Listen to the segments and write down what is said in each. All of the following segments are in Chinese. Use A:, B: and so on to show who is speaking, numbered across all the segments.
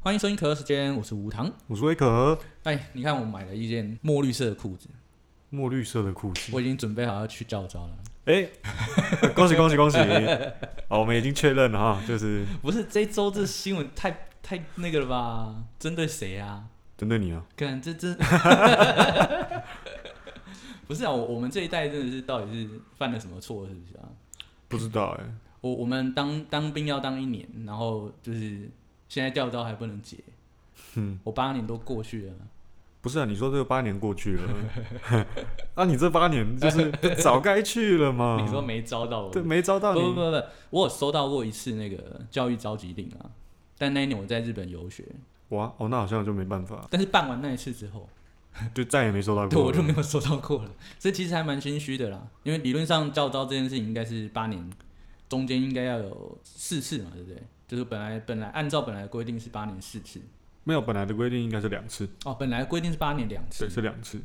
A: 欢迎收听可乐时间，我是吴糖。
B: 我是威可，
A: 哎，你看我买了一件墨绿色的裤子，
B: 墨绿色的裤子。
A: 我已经准备好要去教招了。
B: 哎、 恭喜恭喜恭喜！好，我们已经确认了哈，就是
A: 不是这周这新 闻太太那个了吧？针对谁啊？
B: 针对你啊。
A: 看这 这，不是啊，我我们这一代真的是到底是犯了什么错，是不是啊？
B: 不知道哎、
A: 我我们当当兵要当一年，然后就是现在调招还不能解，
B: 嗯，
A: 我八年都过去了，
B: 不是啊，你说这个八年过去了， 啊，你这八年 就是早该去了嘛。
A: 你说没招到我？
B: 对，没招到
A: 不不
B: 你，
A: 不不，我有收到过一次那个教育召集令啊，但那一年我在日本游学，
B: 哇哦，那好像就没办法，
A: 但是办完那一次之后，
B: 就再也没收到
A: 对
B: 过
A: 我就没
B: 了。
A: 有收到过了，所以其实还蛮心虚的啦。因为理论上教招这件事情应该是八年，中间应该要有四次嘛，对不对？就是本来本来按照本来的规定是八年四次，
B: 没有，本来的规定应该是两次，
A: 哦，本来规定是八年两次
B: 对，，是两次。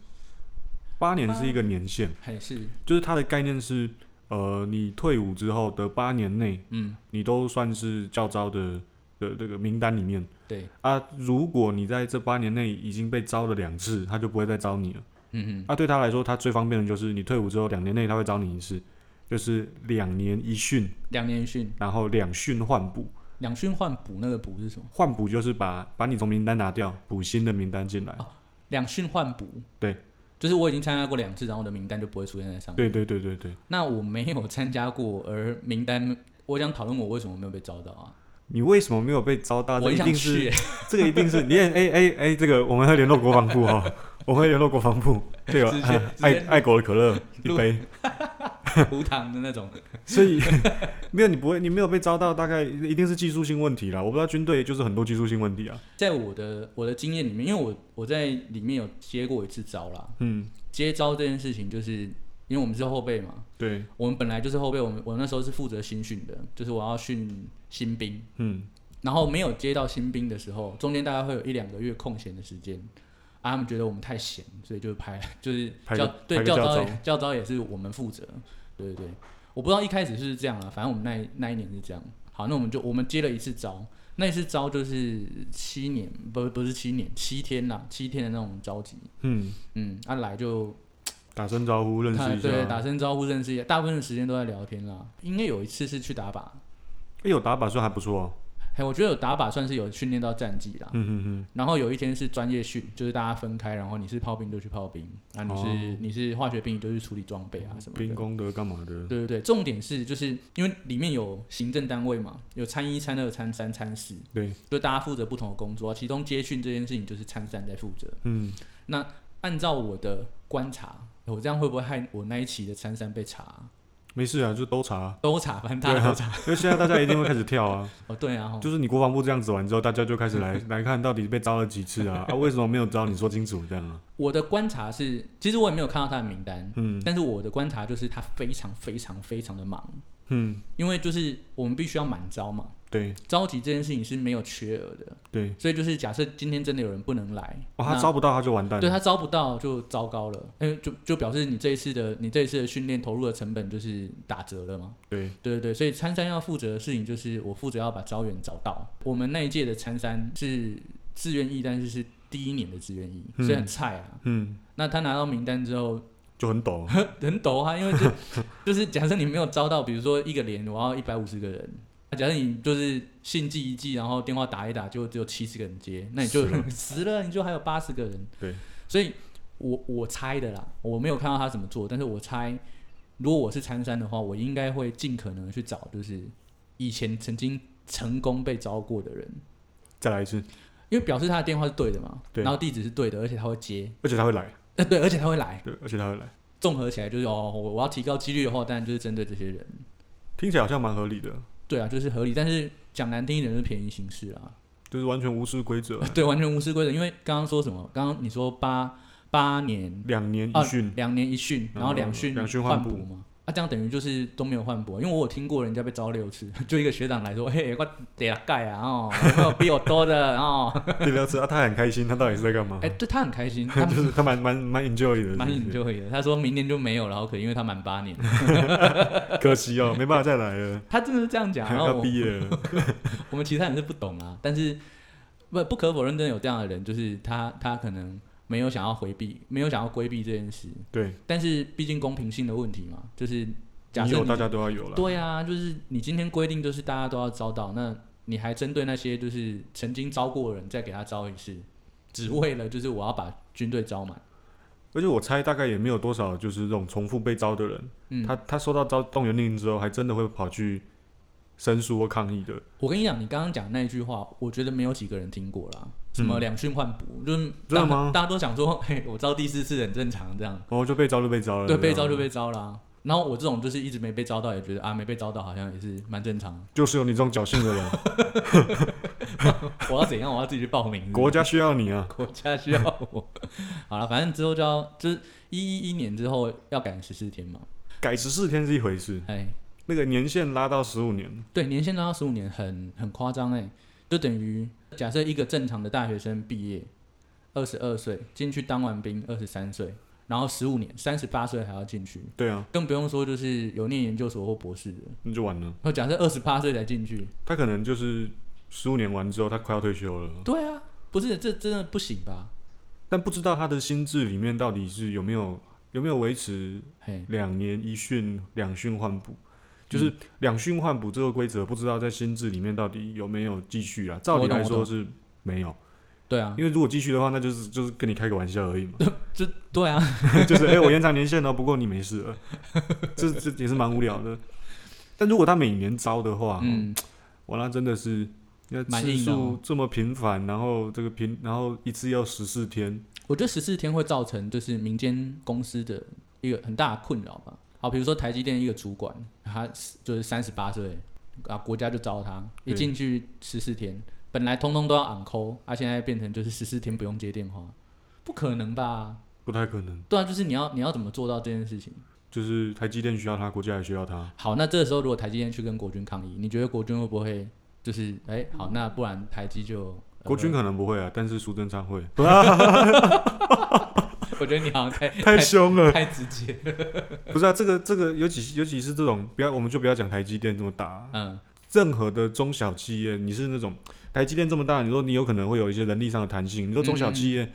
B: 八年是一个年限，
A: 还是
B: 就是它的概念是，呃，你退伍之后的八年内，
A: 嗯
B: 你都算是教招的的这个名单里面。
A: 对，
B: 啊，如果你在这八年内已经被招了两次，他就不会再招你了。
A: 嗯嗯，
B: 啊，对他来说，他最方便的就是你退伍之后两年内他会招你一次，就是两年一训，
A: 两年训，
B: 然后两训换补。
A: 两训换补那个补是什么？
B: 换补就是把把你从名单拿掉，补新的名单进
A: 啊
B: 来。
A: 两训换补，
B: 对，
A: 就是我已经参加过两次，然后我的名单就不会出现在上面。
B: 对对对对对，
A: 那我没有参加过，而名单，我想讨论我为什么没有被招到啊？
B: 你为什么没有被招到？
A: 我
B: 这
A: 也
B: 啊一
A: 想
B: 定是
A: 去、 欸，
B: 这个一定是你哎哎哎哎，这个我们会联络国防部哦，我们会联络国防部。这个
A: 直接
B: 啊
A: 直接
B: 爱爱国的可乐一
A: 录
B: 杯，
A: 无糖的那种。
B: 所以 没有你不会，你没有被招到，大概一定是技术性问题啦。我不知道军队就是很多技术性问题啊。
A: 在我的我的经验里面，因为我我在里面有接过一次招啦，
B: 嗯，
A: 接招这件事情就是因为我们是后备嘛，
B: 对，
A: 我们本来就是后备，我们我那时候是负责新训的，就是我要训新兵，
B: 嗯，
A: 然后没有接到新兵的时候，中间大概会有一两个月空闲的时间。啊，他们觉得我们太闲，所以就拍， 就是
B: 拍
A: 教
B: 个
A: 对
B: 拍个
A: 教
B: 教
A: 招
B: 招
A: 也教招也是我们负责，对对对。我不知道一开始是不是这样啦，反正我们那一那一年是这样。好，那我们就我们接了一次招，那一次招就是七年，不不是七年，七天啦，七天的那种召集。
B: 嗯，
A: 嗯，啊来就
B: 打声招呼，认
A: 他
B: 识一
A: 啊对打
B: 下。
A: 声招呼认识一下，大部分的时间都在聊天啦。应该有一次是去打靶，
B: 哎，有打靶算还不错、哦。
A: 哎，我觉得有打靶算是有训练到战绩啦。
B: 嗯嗯嗯，
A: 然后有一天是专业训，就是大家分开，然后你是炮兵就去炮兵，啊你是、
B: 哦
A: 你是化学兵你就去处理装备啊什么
B: 兵嗯
A: 的。
B: 工的干嘛的？
A: 对对对，重点是就是因为里面有行政单位嘛，有参一、参二、参三、参四，
B: 对，
A: 就大家负责不同的工作啊。其中接训这件事情就是参三在负责。
B: 嗯，
A: 按照我的观察，我这样会不会害我那一期的参三被查啊？
B: 没事啊，就都查。
A: 都查，反正嗯大
B: 对
A: 家
B: 啊
A: 都查。，
B: 因为现在大家一定会开始跳啊，
A: 哦，对啊，吼
B: 就是你国防部这样子完之后，大家就开始来来看到底被招了几次啊？啊，为什么没有招？你说清楚这样啊？
A: 我的观察是，其实我也没有看到他的名单，
B: 嗯
A: 但是我的观察就是他非常非常非常的忙。
B: 嗯，
A: 因为就是我们必须要满招嘛，
B: 对
A: 召集这件事情是没有缺额的，
B: 对，
A: 所以就是假设今天真的有人不能来，
B: 哇，
A: 那
B: 他招不到他就完蛋
A: 对
B: 了。
A: 他招不到就糟糕了，因为就就表示你这一次的你这一次的训练投入的成本就是打折了嘛，
B: 对，
A: 对对对，所以参三要负责的事情就是我负责要把招员找到，我们那一届的参三是志愿役，但是是第一年的志愿役，
B: 嗯
A: 所以很菜啊，
B: 嗯，
A: 那他拿到名单之后，
B: 就很抖。
A: 很抖啊，因为就 就是假设你没有招到，比如说一个连我要一百五十个人，啊假设你就是信寄一寄，然后电话打一打，就只有七十个人接，那你就
B: 死了
A: 死了，你就还有八十个人。
B: 啊对，
A: 所以我我猜的啦，我没有看到他怎么做，但是我猜，如果我是参山的话，我应该会尽可能地去找，就是以前曾经成功被招过的人，
B: 再来一次，
A: 因为表示他的电话是对的嘛，
B: 对
A: 然后地址是对的，而且他会接，
B: 而且他会来，
A: 呃，对，而且他会来。
B: 对，而且他会来。
A: 综合起来就是哦，我我要提高几率的话，当然就是针对这些人。
B: 听起来好像蛮合理的，
A: 对啊，就是合理，但是讲难听一点就是便宜行事啊。
B: 就是完全无视规则
A: ，对，完全无视规则，因为刚刚说什么？刚刚你说八八年
B: 两年
A: 啊
B: 一训，，
A: 两年一训，然后嗯两训
B: 两训
A: 换
B: 换
A: 补
B: 补
A: 嘛。啊，这样等于就是都没有换补，因为我有听过人家被招六次，就一个学长来说，嘿，我得了盖啊，哦，有没有比我多的 哦，
B: 第六次啊，他很开心，他到底是在干嘛？
A: 哎、对他很开心， 他
B: 就是他蛮蛮蛮 enjoy 的，
A: 蛮
B: 是不是
A: 就会的。他说明年就没有了，好可惜，因为他满八年，
B: 可惜哦，没办法再 来了，
A: 他真的是这样讲，然后
B: 要
A: 我
B: 毕业了，
A: 我们其他人是不懂啊，但是不不可否认，真的有这样的人，就是他他可能没有想要回避，没有想要规避这件事，
B: 对，
A: 但是毕竟公平性的问题嘛，就是 假
B: 你
A: 设
B: 有
A: 你
B: 大家都要有了，
A: 对啊，就是你今天规定就是大家都要招到，那你还针对那些就是曾经招过的人再给他招一次，只为了就是我要把军队招满。
B: 而且我猜大概也没有多少就是这种重复被招的人，
A: 嗯，
B: 他他收到招动员令之后，还真的会跑去申诉或抗议的，
A: 我跟你讲，你刚刚讲那一句话，我觉得没有几个人听过啦。什么两训换补，就是
B: 真的
A: 大
B: 吗
A: 大家都想说，嘿，我招第四次很正常，这样
B: 然后就被招就被招了，
A: 对，
B: 这样
A: 被招就被招啦。然后我这种就是一直没被招到，也觉得啊没被招到好像也是蛮正常。
B: 就是有你这种侥幸的人，
A: 嗯我要怎样？我要自己去报名。
B: 国家需要你啊，
A: 国家需要我。好了，反正之后就要就是一一一年之后要赶十四天嘛。
B: 改十四天是一回事，
A: 哎，
B: 那个年限拉到十五年，
A: 对，年限拉到十五年很很夸张哎，就等于假设一个正常的大学生毕业，二十二岁进去当完兵，二十三岁，然后十五年，三十八岁还要进去，
B: 对啊，
A: 更不用说就是有念研究所或博士的。
B: 那就完了。
A: 那假设二十八岁才进去，
B: 他可能就是十五年完之后，他快要退休了，
A: 对啊，不是这真的不行吧？
B: 但不知道他的心智里面到底是有没有有没有维持
A: 嘿，
B: 两年一训两训换补，
A: 嗯
B: 就是两训换补这个规则，不知道在心智里面到底有没有继续啊？照理
A: 我懂
B: 来
A: 我
B: 说
A: 懂
B: 是没有，
A: 对啊，
B: 因为如果继续的话，那就是就是跟你开个玩笑而已嘛，
A: 这对啊，
B: 就是哎、我延长年限了，不过你没事了，这这也是蛮无聊的。但如果他每年招的话，哦
A: 嗯，
B: 哇，那真的是。那
A: 蛮
B: 次
A: 硬的哦
B: 数这么频繁，然后这个频，然后一次要十四天，
A: 我觉得十四天会造成就是民间公司的一个很大的困扰吧。好，比如说台积电一个主管，他就是三十八岁啊，国家就招他，一
B: 对
A: 进去十四天，本来通通都要 on call，啊，现在变成就是十四天不用接电话，不可能吧？
B: 不太可能。
A: 对啊，就是你要你要怎么做到这件事情？
B: 就是台积电需要他，国家也需要他。
A: 好，那这个时候如果台积电去跟国军抗议，你觉得国军会不会就是哎、好，那不然台积就、呃
B: 国军可能不会啊，但是苏贞昌 会，
A: 我觉得你好像太
B: 太凶了。
A: 太直接了，
B: 不是啊，这个这个，尤其尤其是这种，不要我们就不要讲台积电这么大，
A: 嗯，
B: 任何的中小企业，你是那种台积电这么大，你说你有可能会有一些人力上的弹性，你说中小企业，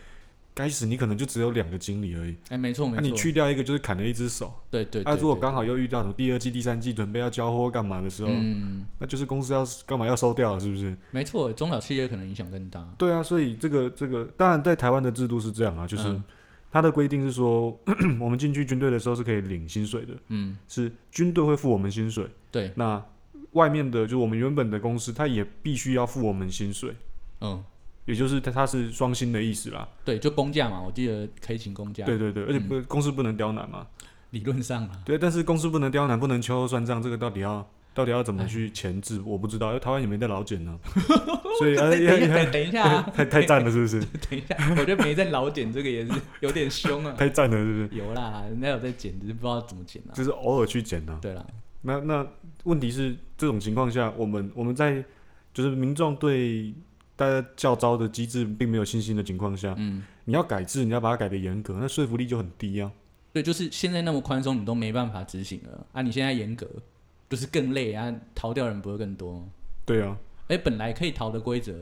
B: 该死，你可能就只有两个经理而已，
A: 哎、嗯没错没
B: 那、
A: 错，
B: 你去掉一个就是砍了一只手。
A: 对对
B: 那、
A: 对，
B: 如果
A: 对
B: 刚好又遇到什么第二季、第三季准备要交货干嘛的时候，
A: 嗯。
B: 那就是公司要干嘛要收掉了，是不是？
A: 没错，中小企业可能影响更大。
B: 对啊，所以这个这个，当然在台湾的制度是这样啊，就是
A: 嗯
B: 它的规定是说， 我们进去军队的时候是可以领薪水的，
A: 嗯，
B: 是军队会付我们薪水。
A: 对，
B: 那外面的，就我们原本的公司，它也必须要付我们薪水，
A: 嗯，
B: 也就是它它是双薪的意思啦。
A: 对，就公价嘛，我记得可以请公价。
B: 对，对对，而且
A: 嗯
B: 不、公司不能刁难嘛。
A: 理论上啊，
B: 对，但是公司不能刁难，不能秋后算账，这个到底要到底要怎
A: 哎
B: 么去前置？我不知道，因为台湾也没在老检 呢、所以、
A: 等
B: 呃、
A: 等一
B: 也
A: 下，等一下啊，
B: 太太赞了，是不是？
A: 等一下，我觉得没在老剪这个也是有点凶啊。
B: 太赞了，是不是？
A: 有啦，人家有在剪，只是不知道怎么剪啊。
B: 就是偶尔去检呢、
A: 对啦，
B: 那那问题是，这种情况下，我们我们在就是民众对大家教招的机制并没有信心的情况下，
A: 嗯，
B: 你要改制，你要把它改的严格，那说服力就很低啊。
A: 对，就是现在那么宽松，你都没办法执行了啊！你现在严格，就是更累啊，逃掉人不会更多吗？
B: 对啊，
A: 哎，本来可以逃的规则，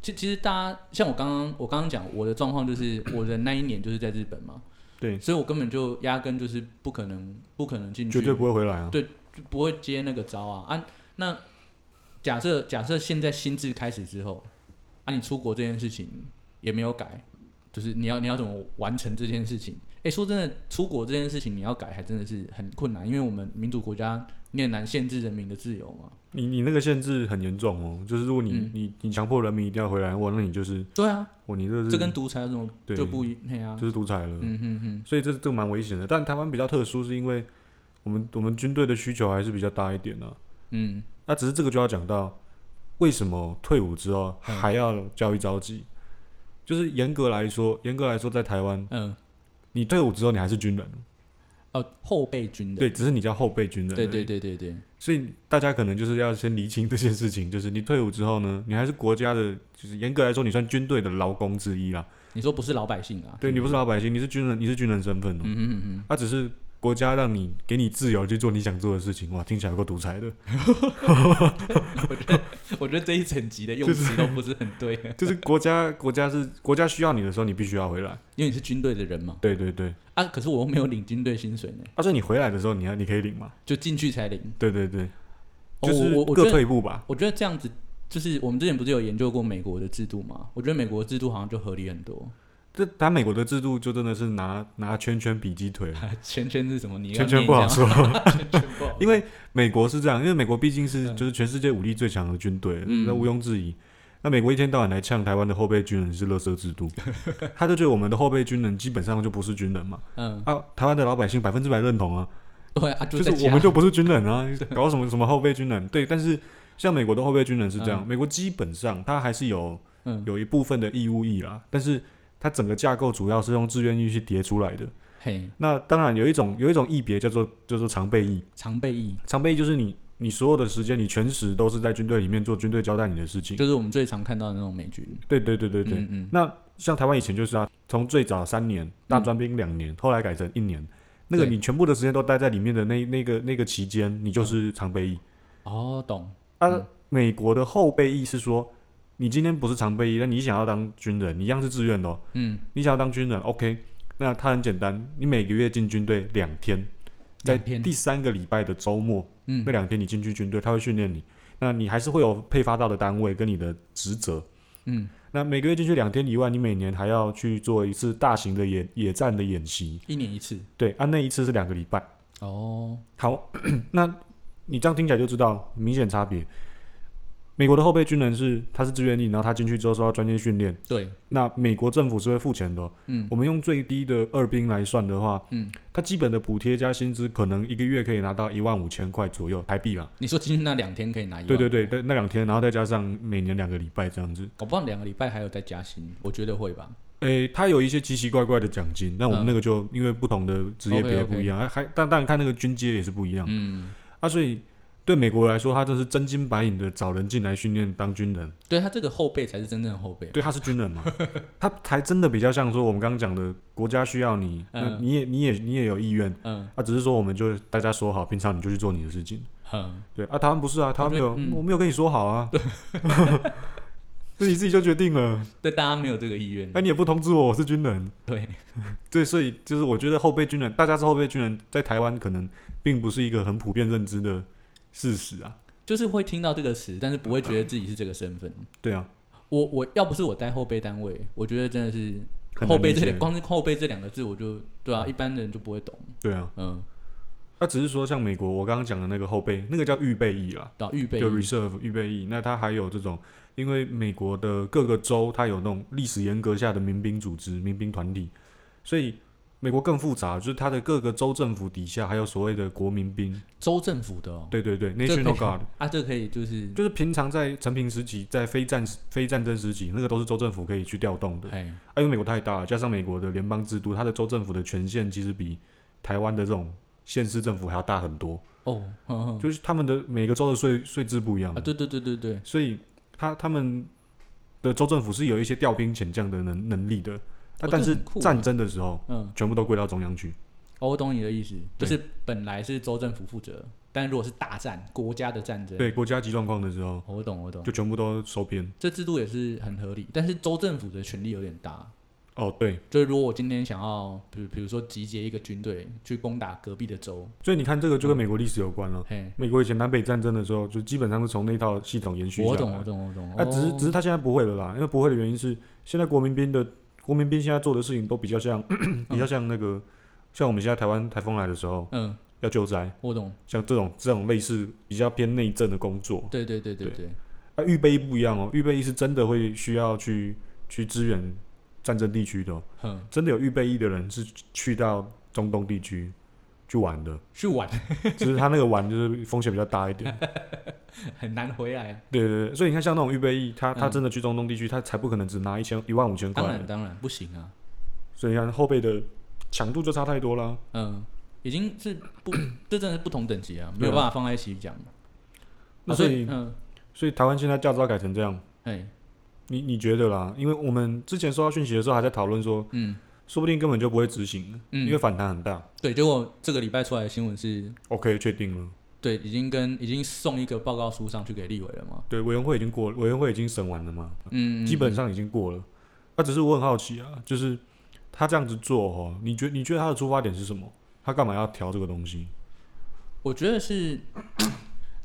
A: 其其实大家像我刚刚我刚刚讲我的状况， 就是我的那一年就是在日本嘛，
B: 对，
A: 所以我根本就压根就是不可能不可能进去，
B: 绝对不会回来啊。
A: 对就不会接那个招啊啊！那假设假设现在心智开始之后，啊，你出国这件事情也没有改，就是你要你要怎么完成这件事情？诶，说真的，出国这件事情你要改，还真的是很困难，因为我们民主国家你很难限制人民的自由嘛。
B: 你你那个限制很严重哦，就是如果你、
A: 嗯
B: 你你强迫人民一定要回来，哇，那你就是
A: 对啊，
B: 哇，你这是
A: 这跟独裁有什么
B: 对
A: 就不一嘿啊？
B: 就是独裁了。
A: 嗯哼哼，
B: 所以这这个蛮危险的。但台湾比较特殊，是因为我们我们军队的需求还是比较大一点呢、啊
A: 嗯，
B: 那只是这个就要讲到为什么退伍之后
A: 嗯
B: 还要教育召集，就是严格来说，严格来说，在台湾，
A: 嗯，
B: 你退伍之后你还是军人，
A: 哦，后备军的，
B: 对，只是你叫后备军人，
A: 对对。对对对，
B: 所以大家可能就是要先厘清这件事情，就是你退伍之后呢，你还是国家的，就是严格来说，你算军队的劳工之一啦。
A: 你说不是老百姓啊？
B: 对你不是老百姓，你是军人，你是军人身份哦。
A: 嗯哼哼哼，
B: 那、只是国家让你给你自由去做你想做的事情，哇，听起来有够独裁的。
A: 我觉得我觉得这一整集的用词都不是很对，
B: 就是国家国家是国家需要你的时候，你必须要回来。
A: 因为你是军队的人嘛。
B: 对对对，
A: 啊，可是我又没有领军队薪水呢，
B: 啊，所以你回来的时候，你要你可以领嘛？
A: 就进去才领。
B: 对对对，
A: 哦、
B: 就是
A: 我我我觉
B: 各
A: 得
B: 退一步吧。
A: 我觉得这样子，就是我们之前不是有研究过美国的制度吗？我觉得美国的制度好像就合理很多。
B: 这咱美国的制度就真的是拿拿圈圈比鸡腿，
A: 圈圈是什么？你要
B: 圈圈
A: 念一
B: 不好
A: 下吗，
B: 说。
A: 圈圈不好。
B: 因为美国是这样，因为美国毕竟是
A: 嗯
B: 就是全世界武力最强的军队，
A: 嗯
B: 那毋庸置疑。那美国一天到晚来呛台湾的后备军人是垃圾制 度，他就觉得我们的后备军人基本上就不是军人嘛。
A: 嗯，
B: 啊，台湾的老百姓百分之百认同啊，
A: 对啊，就
B: 就
A: 在
B: 是
A: 家
B: 我们就不是军人 啊，搞什么什么后备军人？对，但是像美国的后备军人是这样，美国基本上他还是有
A: 嗯，
B: 有一部分的义务役啦，但是它整个架构主要是用志愿役去叠出来的。
A: 嘿，
B: 那当然有一种有一种役别叫做叫做常备役，
A: 常备役
B: 常备役就是你你所有的时间，你全时都是在军队里面做军队交代你的事情。
A: 就是我们最常看到的那种美军。
B: 对对对对对。
A: 嗯嗯，
B: 那像台湾以前就是啊，从最早三年大专兵两年，后来改成一年，那个
A: 对
B: 你全部的时间都待在里面的那那个那个期间，你就是常备役。
A: 哦，懂。
B: 啊，
A: 嗯
B: 美国的后备役是说，你今天不是常备役，但你想要当军人，你一样是自愿的、哦。
A: 嗯，
B: 你想要当军人，OK，那它很简单，你每个月进军队两天，在
A: 两天
B: 第三个礼拜的周末，
A: 嗯
B: 那两天你进去军队，他会训练你，那你还是会有配发到的单位跟你的职责，
A: 嗯，
B: 那每个月进去两天以外，你每年还要去做一次大型的野野战的演习，
A: 一年一次。
B: 对，啊，那一次是两个礼拜。
A: 哦，
B: 好， 那你这样听起来就知道明显差别。美国的后备军人是他是志愿役，然后他进去之后受到专业训练，
A: 对，
B: 那美国政府是会付钱的哦、
A: 嗯
B: 我们用最低的二兵来算的话，
A: 嗯，
B: 他基本的补贴加薪资可能一个月可以拿到一万五千块左右台币啦。
A: 你说进去那两天可以拿一万？
B: 对对对，，那那两天，然后再加上每年两个礼拜这样子。
A: 搞不好两个礼拜还有再加薪，我觉得会吧。
B: 诶，他有一些奇奇怪怪的奖金，那我
A: 嗯
B: 们
A: 哦
B: 那个就因为不同的职业
A: OK，OK
B: 别不一样，还还但当然看那个军阶也是不一样、
A: 嗯，
B: 啊，所以。对美国来说，他这是真金白银的找人进来训练当军人，
A: 对他这个后辈才是真正的后辈。
B: 对，他是军人嘛， 他才真的比较像说我们刚刚讲的国家需要你，那
A: 嗯
B: 你也你也你也有意愿，
A: 嗯
B: 啊，只是说我们就大家说好，平常你就去做你的事情。
A: 嗯，
B: 对啊，台湾不是啊，台湾没有，
A: 嗯
B: 我没有跟你说 好啊，是你自己就决定了，
A: 对，大家没有这个意愿
B: 哎那、。你也不通知我我是军人。
A: 对，
B: 对，所以就是我觉得后备军人，大家是后备军人，在台湾可能并不是一个很普遍认知的事实啊。
A: 就是会听到这个词，但是不会觉得自己是这个身份。
B: 对啊，
A: 我我要不是我待后备单位，我觉得真的是
B: 很
A: 后
B: 难
A: 备
B: 理
A: 这
B: 解嗯
A: 两光是后备这两个字，我就对啊，一般人就不会懂。
B: 对啊，
A: 嗯，
B: 那、只是说像美国，我刚刚讲的那个后备，那个叫预备役啦，
A: 到预备
B: 就 reserve 预备役。那它还有这种，因为美国的各个州它有那种历史严格下的民兵组织、民兵团体，所以美国更复杂，就是它的各个州政府底下还有所谓的国民兵，
A: 州政府的哦，
B: 对对对
A: 这个
B: ，National
A: 可以
B: Guard，
A: 啊，这个可以就是
B: 就是平常在成平时期、在非战非战争时期，那个都是州政府可以去调动的。
A: 哎，
B: 啊，因为美国太大了，加上美国的联邦制度，它的州政府的权限其实比台湾的这种县市政府还要大很多，
A: 哦，哼哼
B: 就是他们的每个州的税税制不一样嘛
A: 啊，对对对对对，
B: 所以他他们的州政府是有一些调兵遣将的能能力的。
A: 哦
B: 那、但
A: 这
B: 是
A: 很酷
B: 战
A: 欸
B: 争的时候，
A: 嗯，
B: 全部都归到中央去。
A: 哦，我懂你的意思，就
B: 对
A: 是本来是州政府负责，但如果是大战，国家的战争，
B: 对，国家级状况的时候，
A: 哦，我懂我懂
B: 就，全部都收编。
A: 这制度也是很合理，但是州政府的权力有点大，
B: 哦，对，
A: 就是如果我今天想要，比如比如说集结一个军队去攻打隔壁的州，
B: 所以你看这个
A: 嗯
B: 就跟美国历史有关了、
A: 嘿，
B: 美国以前南北战争的时候，就基本上是从那套系统延续下来。
A: 我懂哦我懂我懂，
B: 啊，只是只
A: 是
B: 是他现在不会了啦，因为不会的原因是，现在国民兵的国民兵现在做的事情都比较像， 比较像那个，像我们现在台湾台风来的时候
A: 嗯，
B: 要救灾，
A: 我懂，
B: 像这种这种类似比较偏内政的工作。
A: 对对对对
B: 对
A: 对，
B: 啊，预备役不一样哦，预备役是真的会需要去去支援战争地区的、哦，
A: 哼，
B: 真的有预备役的人是去到中东地区去 玩的，
A: 去玩
B: 只是他那个玩就是风险比较大 一点。
A: 很难回来，
B: 对对对，所以你看像那种预备役，他他
A: 嗯
B: 真的去中东地区，他才不可能只拿一千一万五千
A: 当
B: 块
A: 然，当然不行啊，
B: 所以你看后备的强度就差太多啦。
A: 嗯，已经是不， 这真的是不同等级啊，没
B: 对
A: 有
B: 啊
A: 办法放在一起讲，
B: 那
A: 啊
B: 所
A: 所
B: 以
A: 嗯，
B: 所以台湾现在驾照改成这样，
A: 哎，
B: 你你觉得啦？因为我们之前收到讯息的时候还在讨论说，
A: 嗯，
B: 说不定根本就不会执行了，
A: 嗯
B: 因为反弹很大。
A: 对，结果这个礼拜出来的新闻是，
B: OK，确定了，
A: 对，已经跟已经送一个报告书上去给立委了嘛。
B: 对，委员会已经过了，委员会已经审完了嘛，
A: 嗯，
B: 基本上已经过了。那、只是我很好奇啊，就是他这样子做哦，你觉你觉得他的出发点是什么？他干嘛要调这个东西？
A: 我觉得是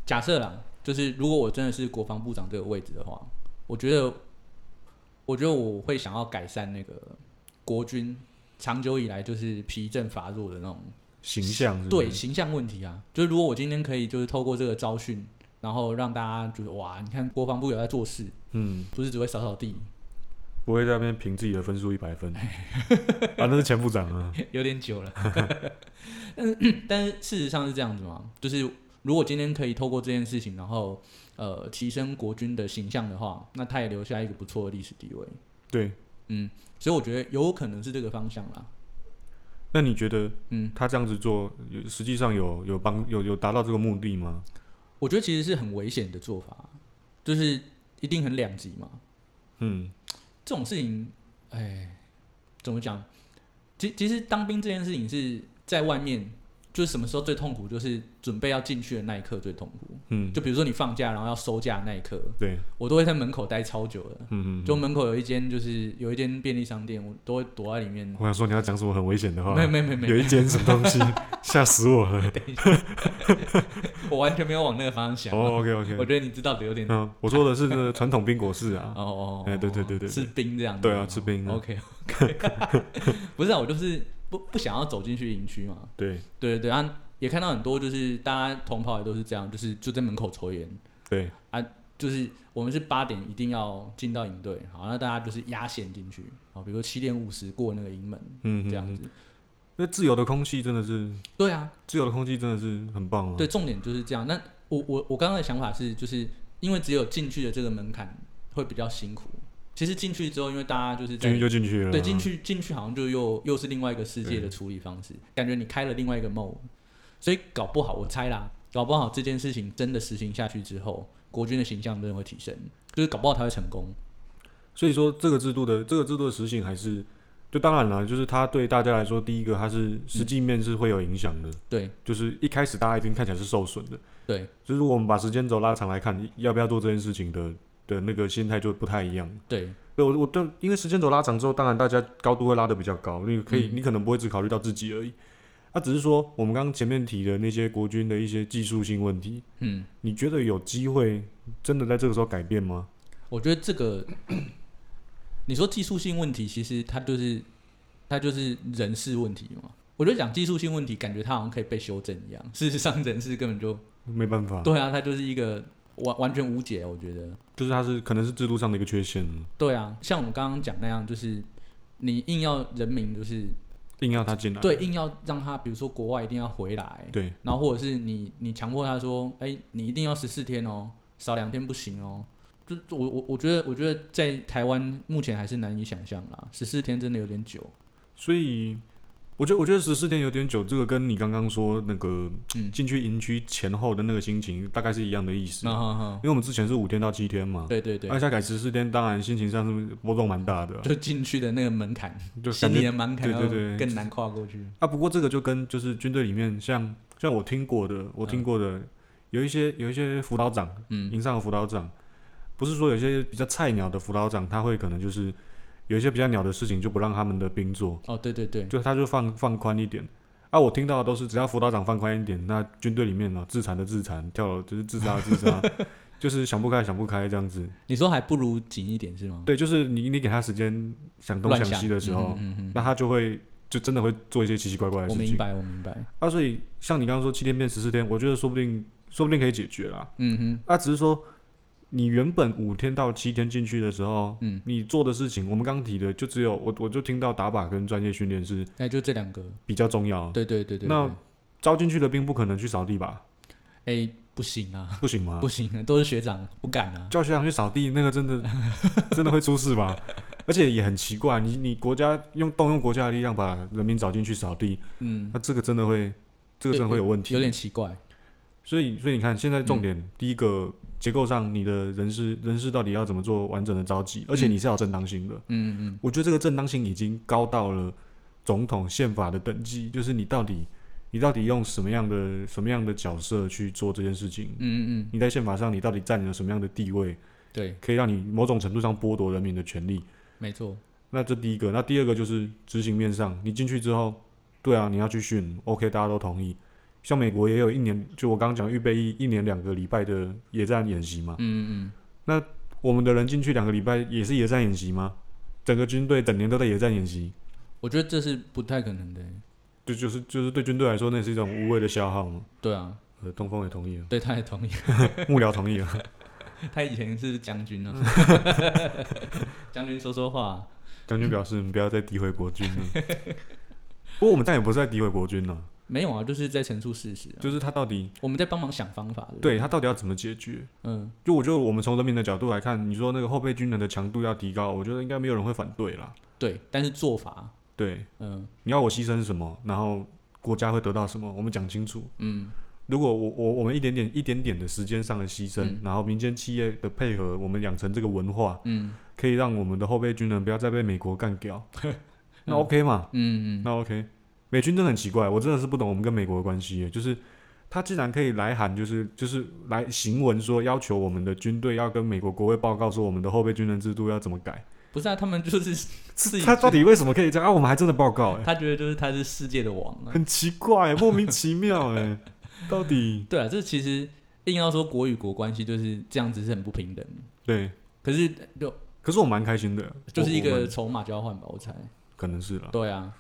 A: 假设啦，就是如果我真的是国防部长这个位置的话，我觉得，我觉得我会想要改善那个国军长久以来就是疲政乏弱的那种
B: 形象是不是
A: 对形象问题啊。就是如果我今天可以就是透过这个招训，然后让大家就是哇，你看国防部有在做事，
B: 嗯，
A: 不是只会扫扫地，
B: 不会在那边凭自己的分数一百分 啊，那是前部长啊。
A: 有点久了。但是 但是事实上是这样子嘛，就是如果今天可以透过这件事情，然后呃提升国军的形象的话，那他也留下一个不错的历史地位。
B: 对，
A: 嗯，所以我觉得有可能是这个方向啦。
B: 那你觉得
A: 嗯，
B: 他这样子做，有实际上有有帮有有达到这个目的吗？
A: 我觉得其实是很危险的做法，就是一定很两极嘛。
B: 嗯，
A: 这种事情，哎，怎么讲？其其实当兵这件事情是在外面，就是什么时候最痛苦，就是准备要进去的那一刻最痛苦。
B: 嗯，
A: 就比如说你放假然后要收假那一刻，
B: 对，
A: 我都会在门口待超久的。
B: 嗯嗯嗯。
A: 就门口有一间就是有一间便利商店，我都会躲在里面。
B: 我想说你要讲什么很危险的话，
A: 没没没没，
B: 哦有一间什么东 西吓死我了。
A: 我完全没有往那个方向想。
B: 哦，OK
A: 我
B: OK，
A: 觉得你知道的有点哦
B: 嗯，我说的是那个传统冰果室 啊，
A: 哦，哦
B: 哎对对对对对
A: 吃冰这样子。
B: 对啊，吃冰的，
A: OK OK，不是啊，我就是不不想要走进去营区嘛。
B: 对
A: 对对对，啊，也看到很多就是大家同袍也都是这样，就是就在门口抽烟。
B: 对，
A: 就是我们是八点一定要进到营队，好，那大家就是压线进去，好，比如说七点五十过那个营门
B: 嗯，
A: 这
B: 嗯
A: 样
B: 嗯
A: 子。
B: 那自由的空气真的是，
A: 对啊，
B: 自由的空气真的是很棒啊。
A: 对，重点就是这样。那我我我刚刚的想法是，就是因为只有进去的这个门槛会比较辛苦。其实进去之后，因为大家就是啊
B: 进去
A: 在
B: 就进去了，啊
A: 对进，去进去，好像就又又是另外一个世界的
B: 对
A: 处理方式，感觉你开了另外一个 mode，所以搞不好我猜啦，搞不好这件事情真的实行下去之后，国军的形象真的会提升，就是搞不好他会成功。
B: 所以说这个制度的这个制度的实行还是，就当然了，就是它对大家来说，第一个它是实际面是会有影响的，
A: 对
B: 就是一开始大家一定看起来是受损的，
A: 对，
B: 就是如果我们把时间轴拉长来看，要不要做这件事情的的那个心态就不太一样。
A: 对
B: 对，我我对，因为时间轴拉长之后，当然大家高度会拉得比较高，你可以、
A: 嗯
B: 你可能不会只考虑到自己而已。那、只是说我们刚刚前面提的那些国军的一些技术性问题，
A: 嗯，
B: 你觉得有机会真的在这个时候改变吗？
A: 我觉得这个，你说技术性问题，其实它就是它就是人事问题嘛。我觉得讲技术性问题，感觉它好像可以被修正一样。事实上，人事根本就
B: 没办法，
A: 对啊，它就是一个完完全无解。我觉得，
B: 就是它是可能是制度上的一个缺陷，
A: 对啊，像我们刚刚讲那样，就是你硬要人民就是
B: 硬要他进来。
A: 对硬要让他，比如说国外一定要回来，
B: 对
A: 然后或者是你你强迫他说，哎、你一定要十四天哦，少两天不行哦。就我我我觉得我觉得在台湾目前还是难以想象啦，十四天真的有点久。
B: 所以我觉得我觉得十四天有点久，这个跟你刚刚说那个
A: 嗯
B: 进去营区前后的那个心情大概是一哦啊样的意思。
A: 那哈哈
B: 因，为我们之前是五天到七天嘛，
A: 嗯对对对
B: 那，下改十四天，当然心情上是波动蛮大的啊，
A: 就进去的那个门槛，
B: 就感
A: 心里
B: 觉
A: 的门槛
B: 对对
A: 要
B: 对
A: 更难跨过去。
B: 啊。不过这个就跟就是军队里面像像我听过的，我听过的、有一些有一些辅导长，
A: 嗯
B: 营上的辅导长，不是说有些比较菜鸟的辅导长，他会可能就是有一些比较鸟的事情就不让他们的兵做，
A: 哦，对对对，
B: 就他就放放宽一点。啊，我听到的都是只要辅导长放宽一点，那军队里面呢、自残的自残，跳楼就是自杀的自 杀，就是想不开想不开这样子。
A: 你说还不如紧一点是吗？
B: 对，就是你你给他时间想东
A: 乱
B: 想
A: 想
B: 西的时候，
A: 嗯嗯嗯
B: 那他就会就真的会做一些奇奇怪怪的
A: 我
B: 事
A: 明
B: 情。
A: 白，我明白。
B: 啊，所以像你刚刚说七天变十四天，我觉得说不定说不定可以解决啦。
A: 嗯哼，
B: 啊，只是说你原本五天到七天进去的时候，
A: 嗯，
B: 你做的事情，我们刚刚提的就只有我我就听到打靶跟专业训练是
A: 那哎就这两个。
B: 比较重要。
A: 对对对对对。
B: 哦那招进去的兵不可能去扫地吧？
A: 哎，不行啊，
B: 不行吗
A: 不？行啊，都是学长，不敢啊。
B: 叫学长去扫地，那个真的 真的会出事吧？而且也很奇怪，你你国家用动用国家的力量把人民找进去扫地，
A: 嗯，
B: 那、这个真的会，这个真的会有问题。
A: 有点奇怪。
B: 所以，所以你看，现在重点、第一个结构上，你的人事人事到底要怎么做完整的召集，而且你是要有正当性的。
A: 嗯嗯嗯
B: 我觉得这个正当性已经高到了总统宪法的等级，就是你到底你到底用什么样的什么样的角色去做这件事情？
A: 嗯嗯嗯，
B: 你在宪法上你到底占了什么样的地位，
A: 对，
B: 可以让你某种程度上剥夺人民的权利？
A: 没错，
B: 那这第一个，那第二个就是执行面上，你进去之后，对啊，你要去训，OK，大家都同意。像美国也有一年，就我刚刚讲预备役一年两个礼拜的野战演习嘛，
A: 嗯嗯
B: 我们的人进去两个礼拜也是野战演习吗？整个军队整年都在野战演习，
A: 嗯，我觉得这是不太可能的，
B: 对，就是就是对军队来说，那是一种无谓的消耗嘛。
A: 对啊，，
B: 呃，东风也同意了
A: 对，他也同意，
B: 幕僚同意了。
A: 他以前是将军啊， 将军说说话，
B: 将军表示，你不要再诋毁国军了。 不过我们但也不是在诋毁国军呢、
A: 没有啊，就是在陈述事实、啊，
B: 就是他到底
A: 我们在帮忙想方法，不
B: 对他到底要怎么解决？
A: 嗯，
B: 就我觉得我们从人民的角度来看，你说那个后备军人的强度要提高，我觉得应该没有人会反对啦。
A: 对，但是做法，
B: 对，
A: 嗯
B: 你要我牺牲什么，然后国家会得到什么，我们讲清楚。
A: 嗯，
B: 如果我我我们一点点一点点的时间上的牺牲，
A: 嗯
B: 然后民间企业的配合，我们养成这个文化，
A: 嗯
B: 可以让我们的后备军人不要再被美国干 掉，那 OK 嘛？
A: 嗯嗯，
B: 那 OK，美军真的很奇怪，我真的是不懂我们跟美国的关系耶，就是他竟然可以来函，就是就是来行文说要求我们的军队要跟美国国会报告说我们的后备军人制度要怎么改，
A: 不是啊，他们就是 自己
B: 他到底为什么可以这样啊？我们还真的报告哎，
A: 他觉得就是他是世界的王啊。
B: 很奇怪耶，莫名其妙哎， 到底
A: 对啊，这其实硬要说国与国关系就是这样子是很不平等的，
B: 对，
A: 可是就
B: 可是我蛮开心的，
A: 就是一
B: 我我
A: 个
B: 们
A: 筹码交换吧，我猜。
B: 可能是了，
A: 对啊，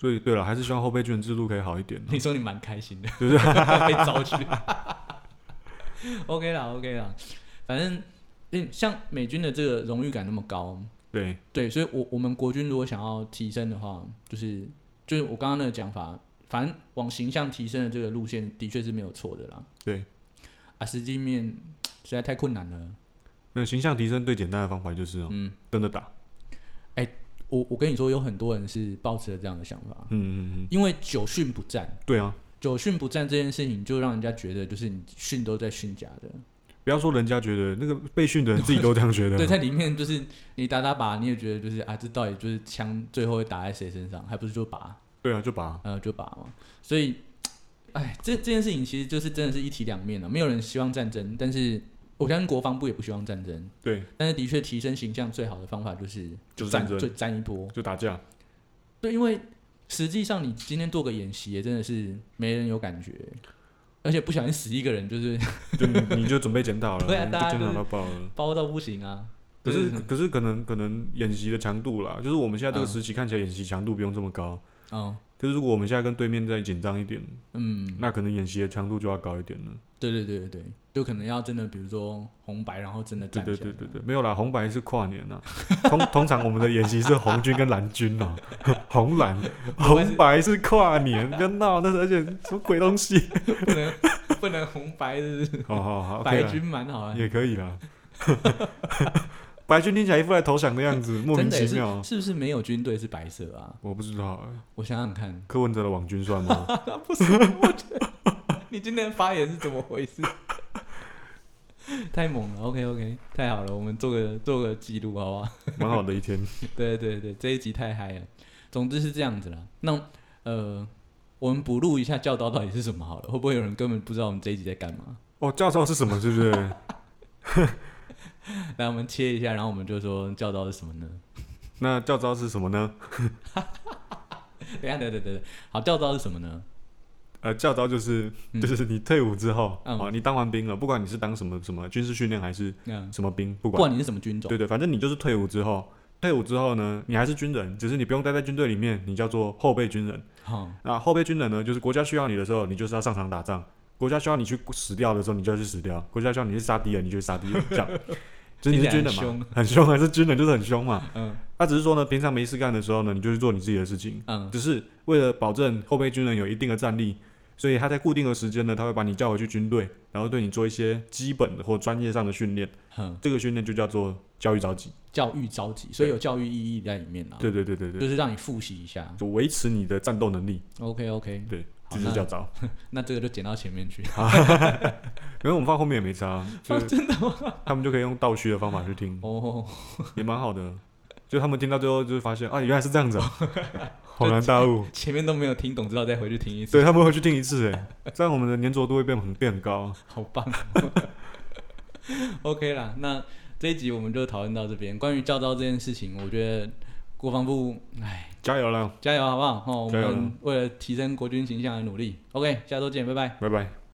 B: 所以对了，还是希望后备军人制度可以好一点 啊，
A: 你说你蛮开心的，
B: 对不对？
A: 被招去。OK 啦，OK 啦，反正嗯，像美军的这个荣誉感那么高，
B: 对，
A: 对，所以我我们国军如果想要提升的话，就是就是我刚刚那个讲法，反正往形象提升的这个路线的确是没有错的啦。
B: 对，
A: 啊，实际面实在太困难了。
B: 那形象提升最简单的方法就是哦，
A: 嗯，
B: 真的打，
A: 我我跟你说，有很多人是抱持了这样的想法，
B: 嗯嗯嗯，
A: 因为久训不战，
B: 对啊，
A: 久训不战这件事情就让人家觉得就是你训都在训假的，
B: 不要说人家觉得那个被训的人自己都这样觉得，
A: 对，在里面就是你打打靶，你也觉得就是啊，这到底就是枪最后会打在谁身上，还不是就靶，
B: 对啊，就把
A: 呃，就靶嘛，所以，哎，这这件事情其实就是真的是一体两面了、没有人希望战争，但是我相信国防部也不希望战争，
B: 对，
A: 但是的确提升形象最好的方法就是
B: 就是
A: 战
B: 战争
A: 就战一波，
B: 就打架，
A: 对，因为实际上你今天做个演习，也真的是没人有感觉，而且不小心死一个人就是
B: 就你 你就准备检讨了，
A: 对啊
B: 你
A: 大
B: 就
A: 家
B: 检
A: 就
B: 讨
A: 是
B: 到爆了。
A: 包到不行啊。
B: 可
A: 就是
B: 可是可能可能演习的强度啦，就是我们现在这个
A: 嗯
B: 时期看起来演习强度不用这么高，
A: 嗯
B: 可是如果我们现在跟对面再紧张一点，
A: 嗯，
B: 那可能演习的强度就要高一点了。
A: 对对对对对，就可能要真的，比如说红白，然后真的
B: 对
A: 站起
B: 对
A: 来。
B: 对对对，没有啦，红白是跨年呐， 通通常我们的演习是红军跟蓝军呐， 红蓝红白是跨年，不要闹，那是而且什么鬼东 西？
A: 不能不能红白是不是
B: 好好好，
A: 白
B: OK 啦
A: 军蛮好啊，
B: 也可以啦。 白军听起来一副来投降的 样子，莫
A: 真
B: 名
A: 的
B: 其
A: 也是
B: 妙。
A: 是不是没有军队是白色啊？
B: 我不知道欸，
A: 我想想看，
B: 柯文哲的网军算吗？
A: 你今天发言是怎么回事？太猛了，OK OK，太好了，我们做个做个记录好不好？
B: 蛮好的一天。
A: 对对对，这一集太嗨了。总之是这样子啦。那呃，我们补录一下教导到底是什么好了，会不会有人根本不知道我们这一集在干嘛？
B: 哦，教授是什么？是不是？
A: 来，我们切一下，然后我们就说教导是什么呢？
B: 那教招是什么呢？
A: 等一下，等等等等，好，教导是什么呢？
B: 呃，教招就是
A: 嗯
B: 就是你退伍之后，
A: 嗯
B: 啊，你当完兵了，不管你是当什么什么军事训练还是
A: 嗯，
B: 什么兵，不
A: 不
B: 管，
A: 管你是什么军种，
B: 对对，反正你就是退伍之后，退伍之后呢，你还是军人，只是你不用待在军队里面，你叫做后备军人。
A: 好、
B: 那后备军人呢，就是国家需要你的时候，你就是要上场打仗；国家需要你去死掉的时候，你就要去死掉；国家需要你去杀敌人，你就去杀敌人。这样，就是你是军人
A: 听起来很
B: 嘛，很凶，还是军人就是很凶嘛。
A: 嗯
B: 他、只是说呢，平常没事干的时候呢，你就去做你自己的事情。
A: 嗯
B: 只是为了保证后备军人有一定的战力，所以他在固定的时间呢，他会把你叫回去军队，然后对你做一些基本的或专业上的训练。
A: 嗯，
B: 这个训练就叫做教育召集。
A: 教育着急，所以有教育意义在里面啦。啊
B: 对对对对对，
A: 就是让你复习一下。
B: 就维持你的战斗能力。
A: OK OK，
B: 对，
A: 好
B: 这是
A: 那
B: 教招。
A: 那这个就剪到前面去。
B: 因为我们放后面也啊
A: 哦
B: 没差，就是、真的吗？他们就可以用倒叙的方法去听，
A: 哦，
B: 也蛮好的。就他们听到最后就会发现啊，原来是这样子、啊，
A: 哦
B: 恍然大悟。
A: 前面都没有听懂，知道再回去听一次，
B: 对他们会去听一次，哎，这样我们的粘着度会变很变很高。
A: 好棒。OK 啦，那这一集我们就讨论到这边。关于教招这件事情，我觉得国防部，哎，
B: 加油啦，
A: 加油好不好？哦，我
B: 加油
A: 们为了提升国军形象而努力。OK，下周见，拜拜。
B: 拜拜。